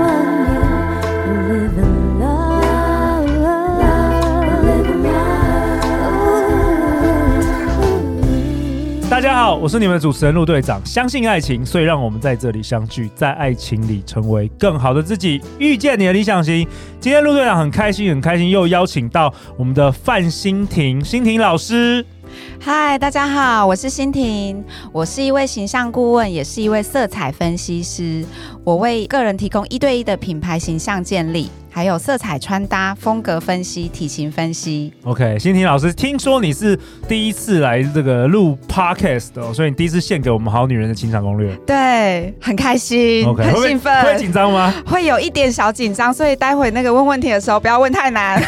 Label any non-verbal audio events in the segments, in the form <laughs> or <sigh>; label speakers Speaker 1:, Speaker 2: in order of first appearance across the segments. Speaker 1: love you, live in love, live in love.
Speaker 2: 大家好，我是你们的主持人陆队长。相信爱情，所以让我们在这里相聚，在爱情里成为更好的自己，遇见你的理想型。今天陆队长很开心，很开心又邀请到我们的范欣婷，欣婷老师。
Speaker 3: 嗨，大家好，我是欣婷，我是一位形象顾问，也是一位色彩分析师。我为个人提供一对一的品牌形象建立，还有色彩穿搭、风格分析、体型分析。
Speaker 2: OK，欣婷老师，听说你是第一次来这个录 Podcast 哦，所以你第一次献给我们好女人的情场攻略。
Speaker 3: 对，很开心
Speaker 2: OK，
Speaker 3: 嗯很兴奋。
Speaker 2: 会不会紧张吗？
Speaker 3: 会有一点小紧张，所以待会那个问问题的时候不要问
Speaker 2: <laughs>
Speaker 3: 太难。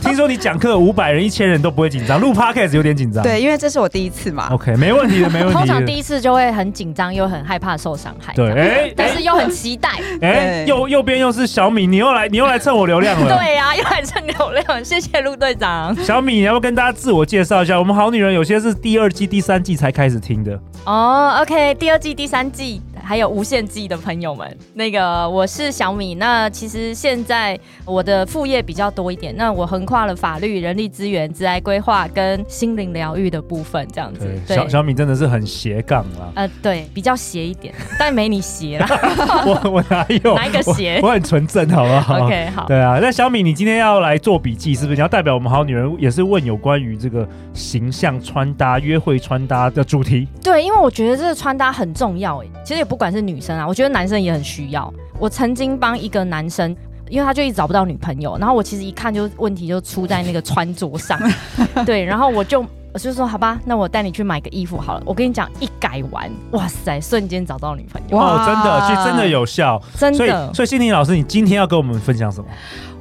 Speaker 2: 听说你讲课五百人、一千人都不会紧张，录 Podcast 有点紧张。
Speaker 3: 对，因为这是我第一次嘛。
Speaker 2: ，OK，没问题的，没问题的。
Speaker 4: 通常第一次就会很紧张，又很害怕受伤害。
Speaker 2: 对，哎、
Speaker 4: 但是又很期
Speaker 2: <laughs>
Speaker 4: 待。
Speaker 2: 哎、
Speaker 3: 对
Speaker 2: 右右边又是小米，你又来，你又来蹭我流量
Speaker 4: <laughs>
Speaker 2: 了。
Speaker 4: 对呀、又来蹭流量，谢谢陆队长。
Speaker 2: 小米，你要不要跟大家自我介绍一下？我们好女人有些是第二季、第三季才开始听的。
Speaker 4: 哦、o k 第二季、第三季还有无限季的朋友们，那个我是小米。那其实现在我的副业比较多一点，那我横跨了法律、人力资源、职癌规划跟心灵疗愈的部分，这样子。。
Speaker 2: 小小米真的是很斜杠啊啦
Speaker 4: 呃，对，比较斜一点，但没你斜
Speaker 2: <laughs>
Speaker 4: 啦。
Speaker 2: 我我哪有？
Speaker 4: 哦哪一个斜
Speaker 2: 我？我很纯正，好不好
Speaker 4: OK，好。
Speaker 2: <laughs> 对啊，那小米，你今天要来做笔记，是不是？你要代表我们好女人，也是问有关于这个形象穿搭、约会穿搭的主题。
Speaker 4: 对，因为我觉得这个穿搭很重要诶，其实也不管是女生啊，我觉得男生也很需要。我曾经帮一个男生。因为他就一直找不到女朋友，然后我其实一看就问题就出在那个穿着
Speaker 2: <laughs>
Speaker 4: 上，对，然后我就我就说好吧，那我带你去买个衣服好了。我跟你讲，一改完，哇塞，瞬间找到女朋友，
Speaker 2: 哦
Speaker 3: 哇，
Speaker 2: 真的，其实真的有效。
Speaker 4: 真
Speaker 2: 所以，
Speaker 4: 的。
Speaker 2: 所以心灵老师，你今天要跟我们分享什么？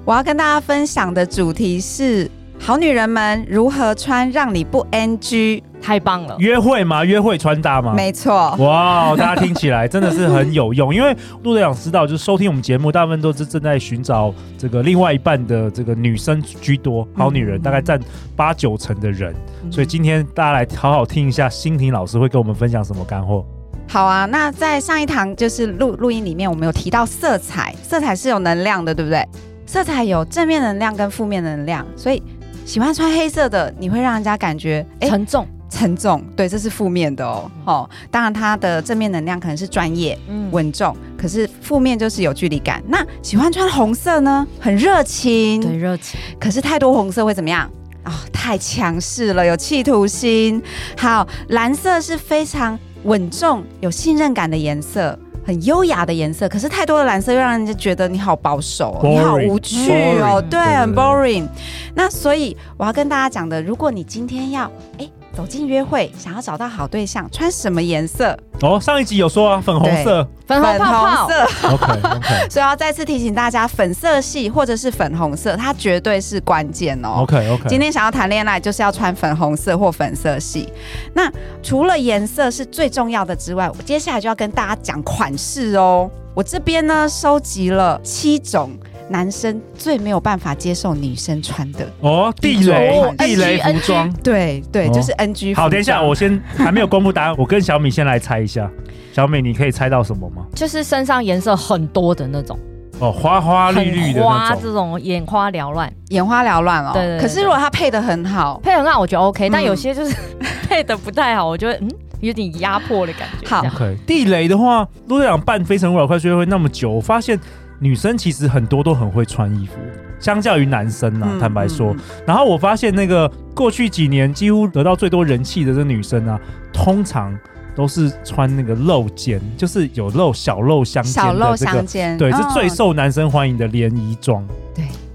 Speaker 3: 我要跟大家分享的主题是：好女人们如何穿让你不 NG。
Speaker 4: 太棒了，
Speaker 2: 约会吗？约会穿搭吗？
Speaker 3: 没错，
Speaker 2: 哇，大家听起来真的是很有用，因为陆队长知道，就是收听我们节目，大部分都是正在寻找这个另外一半的这个女生居多，好女人大概占八九成的人，所以今天大家来好好听一下，欣婷老师会跟我们分享什么干货。
Speaker 3: 好啊。那在上一堂就是录录音里面，我们有提到色彩，色彩是有能量的，对不对？色彩有正面能量跟负面能量，所以喜欢穿黑色的，你会让人家感觉哎
Speaker 4: 沉重，
Speaker 3: 沉重，对，这是负面的哦。哦，当然它的正面能量可能是专业，
Speaker 4: 嗯，
Speaker 3: 稳重，可是负面就是有距离感。那喜欢穿红色呢，很热情，
Speaker 4: 对，热情，
Speaker 3: 可是太多红色会怎么样？啊、太强势了，有企图心。好，蓝色是非常稳重、有信任感的颜色，很优雅的颜色。可是太多的蓝色又让人家觉得你好保守、哦
Speaker 2: Boring
Speaker 3: 你好无趣哦
Speaker 2: Boring
Speaker 3: 对，
Speaker 2: 对
Speaker 3: 很
Speaker 2: 对
Speaker 3: boring。那所以我要跟大家讲的，如果你今天要哎走进约会，想要找到好对象，穿什么颜色？
Speaker 2: 哦，上一集有说啊，粉红色
Speaker 4: 粉红泡嗯泡
Speaker 3: 粉红，色。
Speaker 2: ，OK
Speaker 3: <laughs>
Speaker 2: OK
Speaker 3: 所以要再次提醒大家，粉色系或者是粉红色，它绝对是关键哦。
Speaker 2: OK OK，
Speaker 3: 今天想要谈恋爱，就是要穿粉红色或粉色系。那除了颜色是最重要的之外，我接下来就要跟大家讲款式哦。我这边呢，收集了七种男生最没有办法接受女生穿的。
Speaker 2: 哦，地雷
Speaker 4: 哦
Speaker 2: 地雷
Speaker 4: NG
Speaker 2: 服装。
Speaker 3: 对对，
Speaker 2: 哦
Speaker 3: 就是 NG 服装。
Speaker 2: 好，等一下，我先还没有公布答案，我跟小米先来猜一下。小米，你可以猜到什么吗？
Speaker 4: 就是身上颜色很多的那种，
Speaker 2: 哦，花花绿绿的
Speaker 4: 很花
Speaker 2: 那种。
Speaker 4: 这种眼花缭乱。
Speaker 3: 眼花缭乱哦。
Speaker 4: 对对对
Speaker 3: 可是如果它配的很好，
Speaker 4: 配得很好，我觉得 OK，、但
Speaker 3: 嗯
Speaker 4: 有些就是
Speaker 2: <laughs>
Speaker 4: 配的不太好，我就会嗯有点压迫的感觉。
Speaker 3: 好
Speaker 4: 这样
Speaker 2: OK，地雷的话，陆队长办《非诚勿扰》快速约会那么久，我发现女生其实很多都很会穿衣服，相较于男生啊，
Speaker 3: 嗯
Speaker 2: 坦白说。
Speaker 3: 嗯
Speaker 2: 然后我发现那个过去几年几乎得到最多人气的这女生啊，通常都是穿那个露肩，就是有露小露相间
Speaker 3: 小露
Speaker 2: 的这
Speaker 3: 相
Speaker 2: 个。
Speaker 3: 间，
Speaker 2: 对，是
Speaker 3: 哦
Speaker 2: 最受男生欢迎的连衣装。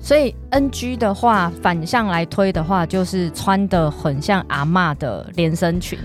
Speaker 4: 所以 NG 的话，反向来推的话，就是穿的很像阿嬷的连身裙。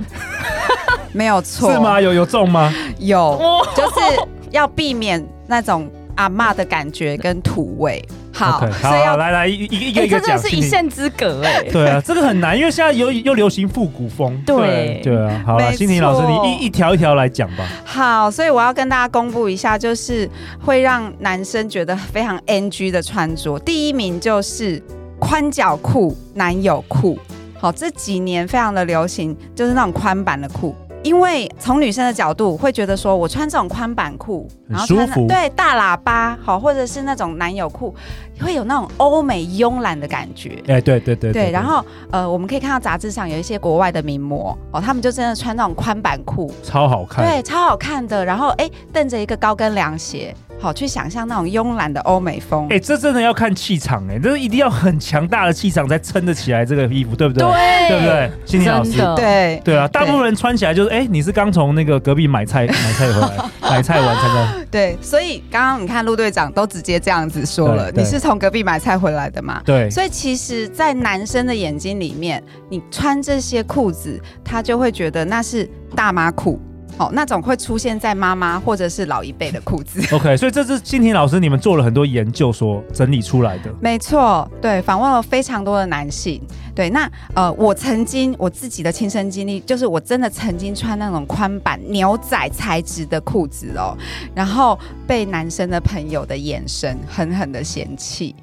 Speaker 3: 没有错，
Speaker 2: 是吗？？有有中吗？
Speaker 3: 有，
Speaker 4: 哦，
Speaker 3: 就是要避免那种阿嬷的感觉跟土味。好
Speaker 2: OK，
Speaker 3: 所以
Speaker 2: 好，
Speaker 3: 要
Speaker 2: 来来一一一个
Speaker 4: 哎，
Speaker 2: 一
Speaker 4: 这
Speaker 2: 个
Speaker 4: 真
Speaker 2: 讲，
Speaker 4: 的是
Speaker 2: 请
Speaker 4: 一
Speaker 2: 你
Speaker 4: 线之隔哎、 <laughs>
Speaker 2: 对啊，这个很难，因为现在又又流行复古风。
Speaker 4: 对
Speaker 2: 对啊，好了，
Speaker 3: 没
Speaker 2: 心婷老师，
Speaker 3: 错
Speaker 2: 你一一条一条来讲吧。
Speaker 3: 好，所以我要跟大家公布一下，就是会让男生觉得非常 NG 的穿着。第一名就是宽脚裤、男友裤。好，这几年非常的流行，就是那种宽版的裤。因为从女生的角度会觉得说，我穿这种宽版裤，
Speaker 2: 很
Speaker 3: 穿
Speaker 2: 舒服
Speaker 3: 对大喇叭好，或者是那种男友裤，会有那种欧美慵懒的感觉。
Speaker 2: 哎，对对对
Speaker 3: 对，然后呃，我们可以看到杂志上有一些国外的名模哦，他们就真的穿那种宽版裤，
Speaker 2: 超好看。
Speaker 3: 对，超好看的。然后哎，蹬着一个高跟凉鞋，好去想象那种慵懒的欧美风。
Speaker 2: 哎，这真的要看气场哎，这一定要很强大的气场才撑得起来这个衣服，对不对？
Speaker 4: 对
Speaker 2: 对不对？心婷老
Speaker 4: 真
Speaker 2: 师。
Speaker 4: 的
Speaker 3: 对
Speaker 2: 对啊，大部分人穿起来就是，哎，你是刚从那个隔壁买
Speaker 4: <laughs>
Speaker 2: 菜买菜回来，买菜完才能，
Speaker 3: 对，所以刚刚你看陆队长都直接这样子说了，
Speaker 2: 对对
Speaker 3: 你是从隔壁买菜回来的嘛？
Speaker 2: 对，
Speaker 3: 所以其实，在男生的眼睛里面，你穿这些裤子，他就会觉得那是大妈裤，哦，那种会出现在妈妈或者是老一辈的裤子。
Speaker 2: OK，所以这是心婷老师你们做了很多研究所整理出来的。
Speaker 3: 没错，对，访问了非常多的男性。对，那呃，我曾经我自己的亲身经历，就是我真的曾经穿那种宽版牛仔材质的裤子哦，然后被男生的朋友的眼神狠狠的嫌弃。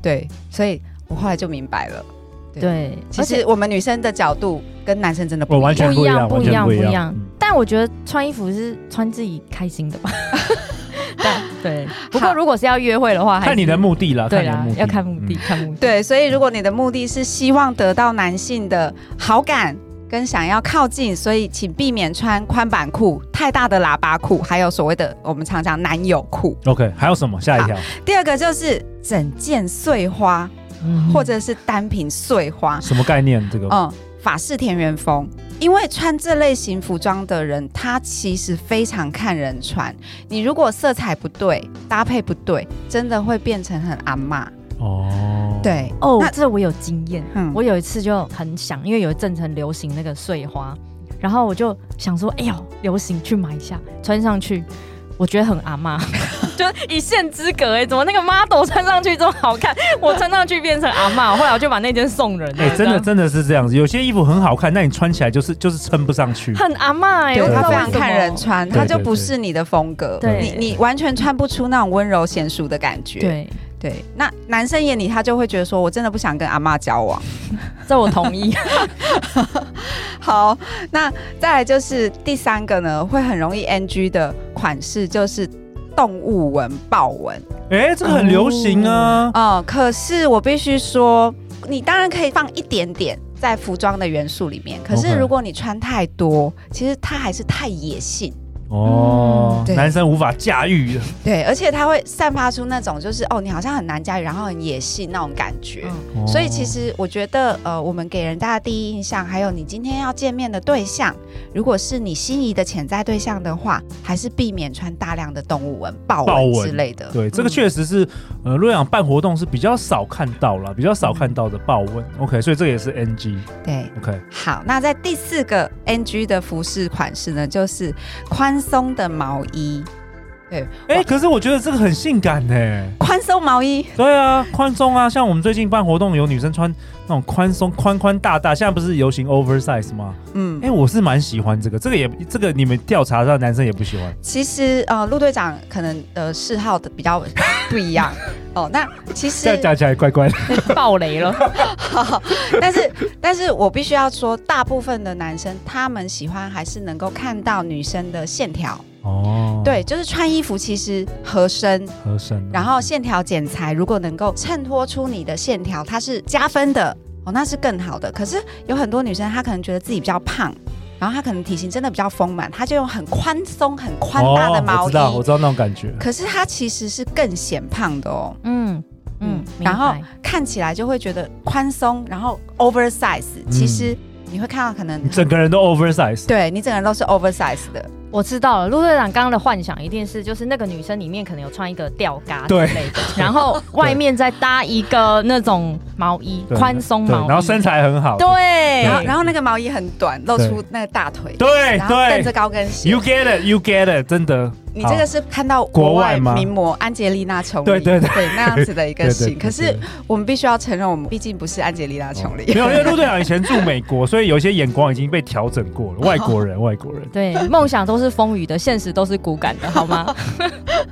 Speaker 3: 对，所以我后来就明白了，
Speaker 4: 对，
Speaker 3: 其
Speaker 4: 而且
Speaker 3: 实我们女生的角度跟男生真的不
Speaker 2: 我
Speaker 3: 一
Speaker 2: 完
Speaker 3: 样。
Speaker 2: 全不一样，
Speaker 4: 不
Speaker 2: 完
Speaker 4: 一
Speaker 2: 全
Speaker 4: 样
Speaker 2: 不一
Speaker 4: 不一
Speaker 2: 样
Speaker 4: 样。
Speaker 2: 嗯
Speaker 4: 但我觉得穿衣服是穿自己开心
Speaker 2: <laughs>
Speaker 4: 的吧。但对，不过
Speaker 3: 好
Speaker 4: 如果是要约会的话，还是
Speaker 2: 看你的目的啦，
Speaker 4: 对
Speaker 2: 看你的
Speaker 4: 啦
Speaker 2: 目，的，嗯
Speaker 4: 要看目的，看目的。
Speaker 3: 对，所以如果你的目的是希望得到男性的好感。跟想要靠近，所以请避免穿宽版裤、太大的喇叭裤，还有所谓的我们常讲男友裤。
Speaker 2: 嗯。OK，还有什么？下一条
Speaker 3: 第二个就是整件碎花，
Speaker 4: 嗯
Speaker 3: 或者是单品碎花，
Speaker 2: 什么概念？这个
Speaker 3: 嗯，法式田园风。因为穿这类型服装的人，他其实非常看人穿。你如果色彩不对，搭配不对，真的会变成很阿嬷。
Speaker 2: 哦，，
Speaker 3: 对，
Speaker 4: 哦
Speaker 3: 那，
Speaker 4: 这我有经验。
Speaker 3: 嗯
Speaker 4: 我有一次就很想，因为有一阵子很流行那个碎花，然后我就想说，哎呦，流行去买一下，穿上去，我觉得很阿妈， <laughs> 就是一线之隔哎、怎么那个 model 穿上去这么好看，我穿上去变成阿妈，后来我就把那件送人了。
Speaker 2: 哎，真
Speaker 4: 这
Speaker 2: 的
Speaker 4: 样
Speaker 2: 真的是这样子。有些衣服很好看，但你穿起来就是就是撑不上去。
Speaker 4: 很阿妈哎、
Speaker 3: 对
Speaker 4: 我不知
Speaker 3: 他
Speaker 4: 道
Speaker 3: 非
Speaker 4: 为
Speaker 3: 常
Speaker 4: 什么
Speaker 3: 看人。穿，
Speaker 2: 对
Speaker 3: 他就
Speaker 2: 对
Speaker 3: 不
Speaker 2: 对
Speaker 3: 是你的风格。
Speaker 4: 对
Speaker 3: 你你完全穿不出那种温柔娴熟的感觉。
Speaker 4: 对，
Speaker 3: 对，那男生眼里他就会觉得说，我真的不想跟阿嬷交往。
Speaker 4: 这我同意。 <laughs>
Speaker 3: 好，那再来就是第三个呢，会很容易 NG 的款式就是。动物纹、豹纹，
Speaker 2: 哎，这个很流行啊。
Speaker 3: 哦、可是我必须说，你当然可以放一点点在服装的元素里面，可是
Speaker 2: OK
Speaker 3: 如果你穿太多，其实它还是太野性，
Speaker 2: 哦
Speaker 4: 嗯，
Speaker 3: 对
Speaker 2: 男生无法驾驭的。
Speaker 3: 对，而且它会散发出那种就是哦，你好像很难驾驭，然后很野性那种感觉。
Speaker 4: 嗯
Speaker 2: 哦
Speaker 3: 所以其实我觉得，呃，我们给人家的第一印象，还有你今天要见面的对象，如果是你心仪的潜在对象的话，还是避免穿大量的动物纹、豹
Speaker 2: 豹
Speaker 3: 纹
Speaker 2: 纹
Speaker 3: 之类的。嗯
Speaker 2: 对，这个确实是，呃，洛阳办活动是比较少看到了，比较少看到的豹纹。OK，所以这个也是 NG。
Speaker 3: 对
Speaker 2: OK，
Speaker 3: 好，那在第四个 NG 的服饰款式呢，就是宽松的毛衣。对，
Speaker 2: 哎，
Speaker 3: 哇
Speaker 2: 可是我觉得这个很性感呢。
Speaker 3: 宽松毛衣，
Speaker 2: 对啊，宽松啊，像我们最近办活动，有女生穿那种宽松、宽宽大大，现在不是流行 oversize 吗？
Speaker 3: 嗯
Speaker 2: 哎、，我是蛮喜欢这个，这个也这个你们调查到男生也不喜欢，
Speaker 3: 其实呃，陆队长可能呃嗜好的比较不
Speaker 2: <laughs>
Speaker 3: 一样哦。那其实
Speaker 2: 这样讲起来怪怪的。
Speaker 4: 爆雷了，
Speaker 3: 但是，但是我必须要说，大部分的男生他们喜欢还是能够看到女生的线条，
Speaker 2: 哦，
Speaker 3: 对，就是穿衣服其实合身，
Speaker 2: 合身啊。
Speaker 3: 然后线条剪裁，如果能够衬托出你的线条，它是加分的哦，那是更好的。可是有很多女生她可能觉得自己比较胖。然后她可能体型真的比较丰满，她就用很宽松、很宽大的
Speaker 2: 哦，我
Speaker 3: 毛
Speaker 2: 知
Speaker 3: 衣，
Speaker 2: 道，我知道那种感觉。
Speaker 3: 可是她其实是更显胖的哦。
Speaker 4: 嗯嗯，
Speaker 3: 然后
Speaker 4: 明白
Speaker 3: 看起来就会觉得宽松，然后 oversize，其实你会看到可能
Speaker 2: 嗯你整个人都 oversize，
Speaker 3: 对你整个人都是 oversize 的，
Speaker 4: 我知道了，陆队长刚刚的幻想一定是，就是那个女生里面可能有穿一个吊嘎之
Speaker 2: 对
Speaker 4: 类的， <laughs> 然后外面再搭一个那种毛衣，
Speaker 2: 对
Speaker 4: 宽松
Speaker 2: 对
Speaker 4: 毛衣，
Speaker 2: 然后身材很好。
Speaker 4: 对
Speaker 3: 然后然后那个毛衣很短，露出那个大腿，
Speaker 2: 对
Speaker 3: 然后蹬
Speaker 2: 对
Speaker 3: 着高跟鞋
Speaker 2: y o u get it，you get it，真的。
Speaker 3: 你这个是看到
Speaker 2: 国
Speaker 3: 国
Speaker 2: 外
Speaker 3: 外
Speaker 2: 吗
Speaker 3: 名模安吉丽娜·琼丽，
Speaker 2: 对对对
Speaker 3: 那样子的一个
Speaker 2: 对对
Speaker 3: 型。
Speaker 2: 对
Speaker 3: 可是
Speaker 2: 对
Speaker 3: 我们必须要承认，我们毕竟不是安吉丽娜·琼丽
Speaker 2: 哦没。有，因为陆队长以前住美国，所以有些眼光已经被调整过了。外国
Speaker 3: <laughs>
Speaker 2: 人，外国人。
Speaker 4: 对，梦想都是风雨的，现实都是骨感的，好
Speaker 2: <laughs>
Speaker 4: 吗？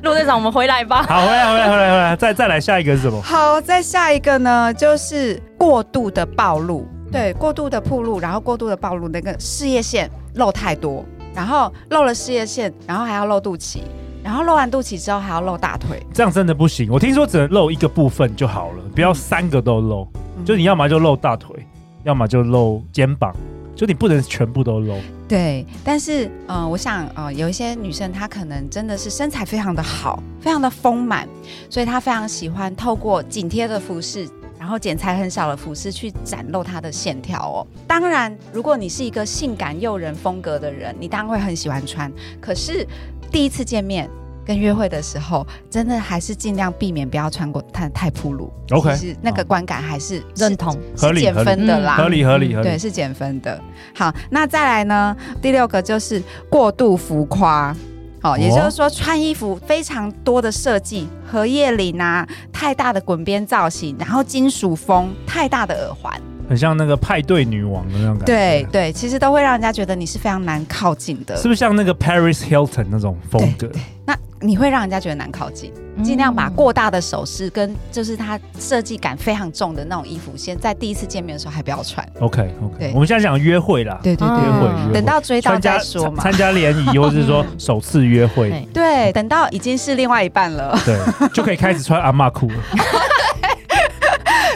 Speaker 4: 陆队长，我们回来吧。
Speaker 2: 好，回来，回来，回来，回来，再再来下一个是什么？
Speaker 3: 好，再下一个呢，就是过度的暴露，对，过度的暴露，然后过度的暴露那个事业线露太多，然后露了事业线，然后还要露肚脐，然后露完肚脐之后还要露大腿，
Speaker 2: 这样真的不行。我听说只能露一个部分就好了，不要三个都露。
Speaker 3: 嗯
Speaker 2: 就你要么就露大腿，要么就露肩膀，就你不能全部都露。
Speaker 3: 对，但是呃，我想呃，有一些女生她可能真的是身材非常的好，非常的丰满，所以她非常喜欢透过紧贴的服饰。然后剪裁很少的服饰去展露她的线条哦。当然，如果你是一个性感诱人风格的人，你当然会很喜欢穿。可是第一次见面跟约会的时候，真的还是尽量避免不要穿过太太暴露。
Speaker 2: OK
Speaker 3: 其实那个观感还是
Speaker 4: 认同
Speaker 3: 是
Speaker 2: 合
Speaker 3: 是
Speaker 2: 理
Speaker 3: 减
Speaker 2: 合理
Speaker 3: 分的
Speaker 4: 嗯
Speaker 3: 啦，
Speaker 2: 合理，合理，合
Speaker 3: 对，
Speaker 2: 理。
Speaker 3: 是减分的。好，那再来呢？第六个就是过度浮夸。好，也
Speaker 2: 哦
Speaker 3: 就是说，穿衣服非常多的设计，荷叶领啊，太大的滚边造型，然后金属风，太大的耳环，
Speaker 2: 很像那个派对女王的那种感觉。
Speaker 3: 对。对，其实都会让人家觉得你是非常难靠近的
Speaker 2: 是，不是像那个 Paris Hilton 那种风格？
Speaker 3: 那你会让人家觉得难靠近。
Speaker 4: 嗯
Speaker 3: 尽量把过大的首饰跟就是它设计感非常重的那种衣服，先在第一次见面的时候还不要穿。
Speaker 2: OK OK，
Speaker 3: 对
Speaker 2: 我们现在讲约会啦，
Speaker 3: 对对对
Speaker 2: 约
Speaker 4: 嗯
Speaker 2: 会
Speaker 4: 啊
Speaker 2: 约会
Speaker 3: 等到追到
Speaker 2: 参加
Speaker 3: 再说嘛
Speaker 2: 参。参加联谊，或者是说首次约会
Speaker 4: 对，
Speaker 3: 对，等到已经是另外一半了， <laughs>
Speaker 2: 对，就可以开始穿阿嬷裤了。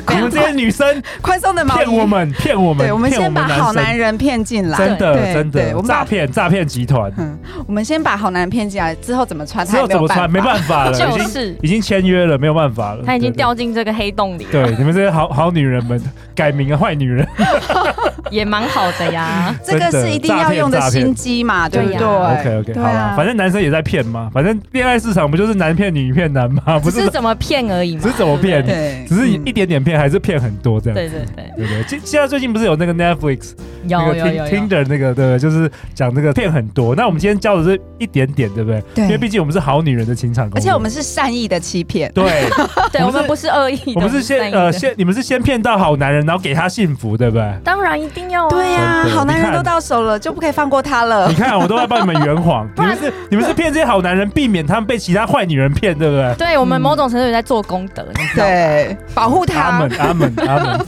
Speaker 3: 对
Speaker 2: 你们这些女生
Speaker 3: 宽松的毛
Speaker 2: 骗我
Speaker 3: 衣。
Speaker 2: 们，骗我们，
Speaker 3: 对，我们
Speaker 2: 骗
Speaker 3: 先把好男
Speaker 2: 人，
Speaker 3: 人骗进来，
Speaker 2: 真的
Speaker 3: 对
Speaker 2: 真
Speaker 3: 对我
Speaker 2: 的
Speaker 3: 们
Speaker 2: 诈
Speaker 3: 把
Speaker 2: 骗诈骗集团，
Speaker 3: 我们先把好男人骗进来，之后怎么穿
Speaker 2: 之
Speaker 3: 他也
Speaker 2: 后
Speaker 3: 没
Speaker 2: 怎
Speaker 3: 有
Speaker 2: 么
Speaker 3: 办法，
Speaker 2: 穿？没办法了，已
Speaker 4: 就
Speaker 2: 经
Speaker 4: 是
Speaker 2: 已经签约了，没有办法了。
Speaker 4: 他已经
Speaker 2: 对
Speaker 4: 掉进这个黑洞里了，
Speaker 2: 对对，你们这些好好女人们，改名啊，坏女人。
Speaker 4: 也蛮好的呀。
Speaker 3: 这个
Speaker 2: 真的
Speaker 3: 是一定要用的
Speaker 2: 诈骗
Speaker 3: 心机嘛， <laughs> 对
Speaker 4: 骗
Speaker 3: 不对
Speaker 4: 对呀
Speaker 2: OK OK，
Speaker 3: 对
Speaker 2: 好啦，
Speaker 3: 啊
Speaker 2: 反，正男生也在骗嘛，反正恋爱市场不就是男骗女骗男吗？ <laughs>
Speaker 4: <laughs>
Speaker 2: 不
Speaker 4: 只
Speaker 2: 是
Speaker 4: 是，怎么骗而已嘛。
Speaker 2: 只是怎么骗，
Speaker 3: 对，
Speaker 2: 只是
Speaker 3: 嗯
Speaker 2: 一点点骗，还是骗很多这样。
Speaker 4: 对对对，
Speaker 2: 对不对？现现在最近不是有那个 Netflix
Speaker 4: 有
Speaker 2: 那个
Speaker 4: 有
Speaker 2: Tin-
Speaker 4: 有有。
Speaker 2: Tinder 那个对不对，就是讲这个骗很多。那我们今天教的是一点点，对不对？因为
Speaker 3: 对，
Speaker 2: 毕竟我们是好女人的情场攻略，
Speaker 3: 而且我们是善意的欺
Speaker 4: <laughs>
Speaker 3: 骗，
Speaker 2: 对，
Speaker 4: 对，
Speaker 2: 我
Speaker 4: 我
Speaker 2: 们
Speaker 4: 们
Speaker 2: 是
Speaker 4: 不是恶意的，
Speaker 2: 我们
Speaker 4: 善
Speaker 2: 是
Speaker 4: <laughs>
Speaker 2: 先
Speaker 4: 意的
Speaker 2: 呃先你们是先骗到好男人，然后给他幸福，对不对？
Speaker 4: 当然一定要啊
Speaker 3: 对呀
Speaker 2: 真，的
Speaker 3: 好男
Speaker 2: 你
Speaker 3: 人
Speaker 2: 看
Speaker 3: 都到手了，就不可以放过他了
Speaker 2: 你，看，我都在帮你们圆谎，你们是你们是骗这些好男人，避免他们被其他坏女人骗，对不对？
Speaker 4: 对我们某种程度也在做功德，你知道吗，
Speaker 3: <laughs> 对，啊保护
Speaker 2: 阿
Speaker 3: 他
Speaker 2: 门。阿门阿门。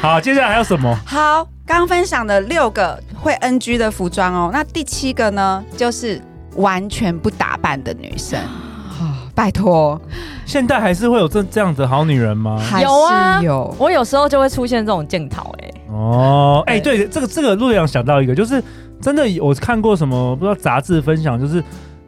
Speaker 2: 好，接下来还有什么？
Speaker 3: 好，刚分享的六个会 NG 的服装哦，那第七个呢，就是完全不打扮的女生，啊拜托，
Speaker 2: 现在还是会有这这样的好女人吗？
Speaker 3: 还
Speaker 4: 有啊
Speaker 3: 是有。
Speaker 4: 我有时候就会出现这种检讨，哎，
Speaker 2: 哦，哎、对，这个这个陆阳想到一个，就是真的我看过什么不知道杂志分享，就是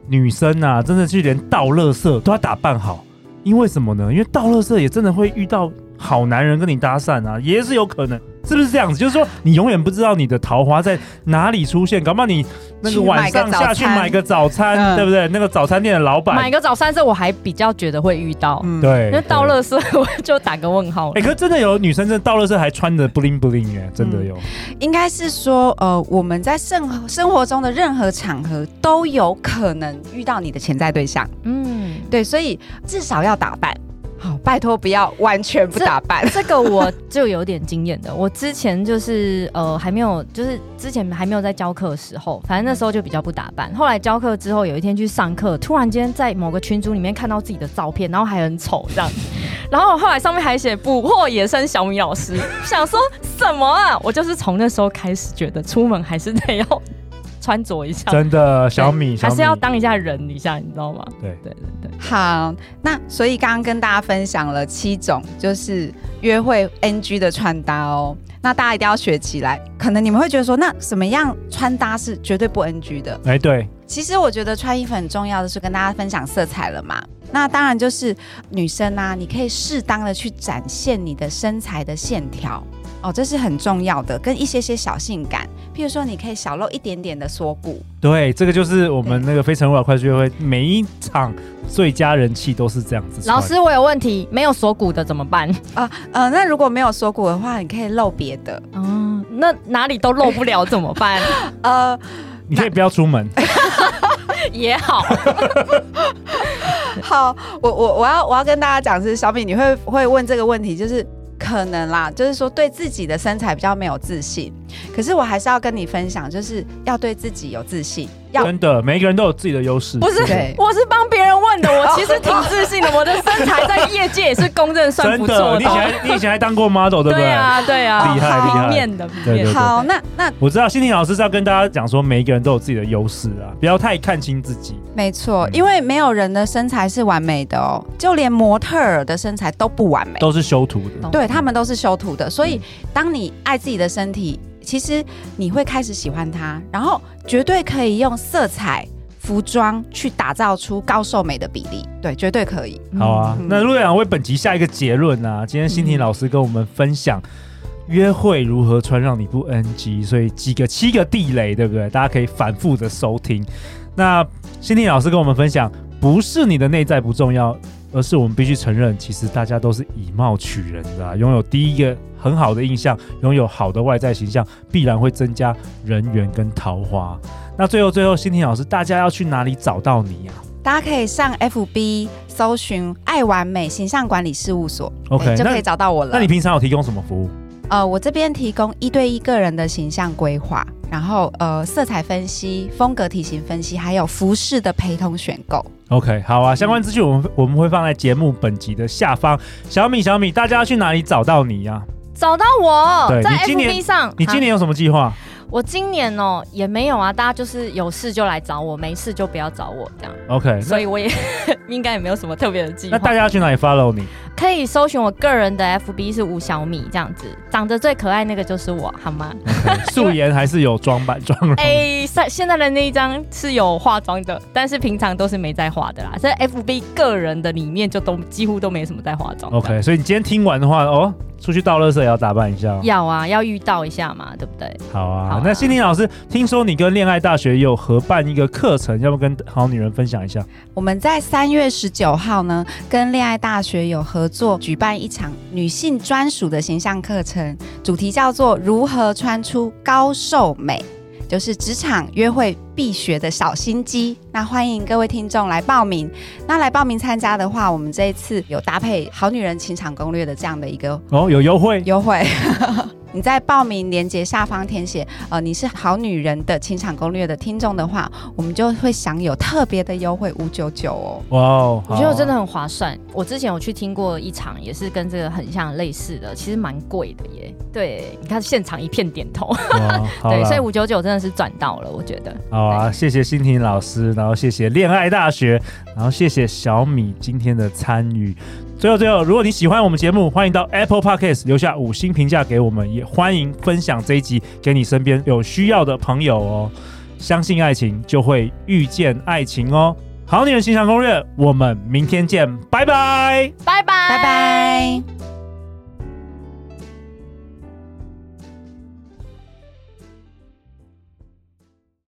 Speaker 2: 女生啊，真的去连倒垃圾都要打扮好，因为什么呢？因为倒垃圾也真的会遇到好男人跟你搭讪啊，也是有可能。是不是这样子？就是说，你永远不知道你的桃花在哪里出现，搞不好你那个
Speaker 3: 去买
Speaker 2: 晚上
Speaker 3: 个早
Speaker 2: 下去
Speaker 3: 餐
Speaker 2: 买个早餐，
Speaker 3: 嗯
Speaker 2: 对不对？那个早餐店的老板，
Speaker 4: 买个早餐是我还比较觉得会遇到，
Speaker 3: 嗯，
Speaker 2: 对，
Speaker 4: 因为倒
Speaker 2: 对
Speaker 4: 垃圾 <laughs> 我就打个问号了
Speaker 2: 哎、。可是真的有女生真的到了这还穿着 bling bling 哎、真
Speaker 4: 嗯 <laughs>
Speaker 2: 的有。
Speaker 3: 应该是说，呃，我们在生活生活中的任何场合都有可能遇到你的潜在对象，
Speaker 4: 嗯，
Speaker 3: 对，所以至少要打扮。好，拜托不要完全不打扮。
Speaker 4: 这个我就有点经验的。我之前就是呃还没有，就是之前还没有在教课的时候，反正那时候就比较不打扮。后来教课之后，有一天去上课，突然间在某个群组里面看到自己的照片，然后还很丑这样。然后后来上面还写“捕获野生小米老师”，想说什么啊？我就是从那时候开始觉得出门还是得要穿着一下，
Speaker 2: 真的 <laughs> 小米，小
Speaker 4: 还
Speaker 2: 米
Speaker 4: 是要当一下人一下，你知道吗？
Speaker 2: 对
Speaker 4: 对对对，
Speaker 3: <laughs> 好，那所以刚刚跟大家分享了七种就是约会 NG 的穿搭哦，那大家一定要学起来。可能你们会觉得说，那什么样穿搭是绝对不 NG 的？
Speaker 2: 哎、对，
Speaker 3: 其实我觉得穿衣服很重要的是跟大家分享色彩了嘛。那当然就是女生啊，你可以适当的去展现你的身材的线条哦，这是很重要的，跟一些些小性感，譬如说你可以小露一点点的锁骨，
Speaker 2: 对，这个就是我们
Speaker 3: 对
Speaker 2: 那个《非诚勿扰》快速约会每一场最佳人气都是这样子穿。
Speaker 4: 老师我有问题，没有锁骨的怎么办？
Speaker 3: 啊呃那如果没有锁骨的话，你可以露别的，
Speaker 4: 哦，那哪里都漏不了怎么办？
Speaker 3: 呃，
Speaker 2: 你可以不要出门，
Speaker 4: <laughs> 也好，
Speaker 3: 好，我我我要我要跟大家讲是，小米你会会问这个问题，就是可能啦，就是说对自己的身材比较没有自信。可是我还是要跟你分享，就是要对自己有自信，要
Speaker 2: 真的，每一个人都有自己的优势。
Speaker 4: 不是
Speaker 3: 对，
Speaker 4: 我是帮别人问的，我其实挺自信的，我的身材在业界也是公认算
Speaker 2: 真
Speaker 4: 不错的。
Speaker 2: 的，你以前还你以前还当过 model 对不
Speaker 4: 对
Speaker 2: 对？
Speaker 4: 啊，对啊，
Speaker 2: 厉害厉害
Speaker 4: 平面的平面
Speaker 2: 对对
Speaker 4: 的。
Speaker 3: 好。那那
Speaker 2: 我知道心婷老师是要跟大家讲说，每一个人都有自己的优势啊，不要太看清自己。
Speaker 3: 没
Speaker 2: 嗯
Speaker 3: 错，因为没有人的身材是完美的哦，就连模特儿的身材都不完美。
Speaker 2: 都是嗯修图的
Speaker 4: 懂。
Speaker 3: 对他们都是修图的，所以当你爱自己的身体，其实你会开始喜欢它，然后绝对可以用色彩、服装去打造出高瘦美的比例，对，绝对可以。
Speaker 2: 好啊，
Speaker 3: 嗯
Speaker 2: 那陆队长为本集下一个结论啊，今天欣婷老师跟我们分享。约会如何穿让你不 NG？所以几个七个地雷，对不对？大家可以反复的收听。那欣婷老师跟我们分享，不是你的内在不重要，而是我们必须承认，其实大家都是以貌取人的、啊，拥有第一个很好的印象，拥有好的外在形象，必然会增加人缘跟桃花。那最后最后，欣婷老师，大家要去哪里找到你啊呀、
Speaker 3: 大家可以上 FB 搜寻“爱完美形象管理事务所
Speaker 2: OK，
Speaker 3: 对就
Speaker 2: 那
Speaker 3: 哎可以找到我了。
Speaker 2: 那你平常有提供什么服务？
Speaker 3: 呃，我这边提供一对一个人的形象规划，然后呃，色彩分析、风格体型分析，还有服饰的陪同选购。
Speaker 2: OK，好啊，相关资讯我们我们会放在节目本集的下方。小米，小米，大家要去哪里找到你呀、
Speaker 4: 找到我
Speaker 2: 对，
Speaker 4: 在
Speaker 2: 你今年
Speaker 4: FB 上。
Speaker 2: 你今年有什么计划？
Speaker 4: 啊我今年哦也没有啊，大家就是有事就来找我，没事就不要找我这样。
Speaker 2: OK，
Speaker 4: 所
Speaker 2: 那
Speaker 4: 以我也 <laughs> 应该也没有什么特别的计
Speaker 2: 那大
Speaker 4: 划。
Speaker 2: 家要去哪里 follow
Speaker 4: <laughs>
Speaker 2: 你？
Speaker 4: 可以搜寻我个人的 FB 是吴小米这样子，长得最可爱那个就是我，好吗？
Speaker 2: 素颜还是有装扮妆容？
Speaker 4: 哎、现现在的那一张是有化妆的，但是平常都是没在化的啦。在 FB 个人的里面就都几乎都没什么在化妆的。
Speaker 2: OK，所以你今天听完的话，哦，出去倒垃圾也要打扮一下哦。
Speaker 4: 要啊，要遇到一下嘛，对不对？
Speaker 2: 好啊，
Speaker 4: 好啊
Speaker 2: 那心婷老师，听说你跟恋爱大学也有合办一个课程，要不跟好女人分享一下？
Speaker 3: 我们在三月十九号呢，跟恋爱大学有合作举办一场女性专属的形象课程，主题叫做“如何穿出高瘦美”，就是职场约会必学的小心机。那欢迎各位听众来报名。那来报名参加的话，我们这一次有搭配《好女人情场攻略》的这样的一个
Speaker 2: 哦，有优惠，
Speaker 3: 优惠。 <laughs> 你在报名链接下方填写，呃，你是好女人的情场攻略的听众的话，我们就会享有特别的优惠五九九哦。
Speaker 2: 哇哦，
Speaker 4: 我觉得
Speaker 2: 好
Speaker 4: 真的很划算。我之前有去听过一场，也是跟这个很像类似的，其实蛮贵的耶。对，你看现场一片点头，
Speaker 2: 哇，哦好
Speaker 4: 对，
Speaker 2: 啦
Speaker 4: 所以五九九真的是赚到了，我觉得。
Speaker 2: 好啊，谢谢欣婷老师，然后谢谢恋爱大学，然后谢谢小米今天的参与。最后最后，如果你喜欢我们节目，欢迎到 Apple Podcast 留下五星评价给我们，也欢迎分享这一集给你身边有需要的朋友哦。相信爱情，就会遇见爱情哦。好女人形象攻略，我们明天见，拜拜。
Speaker 4: 拜拜，
Speaker 3: 拜拜。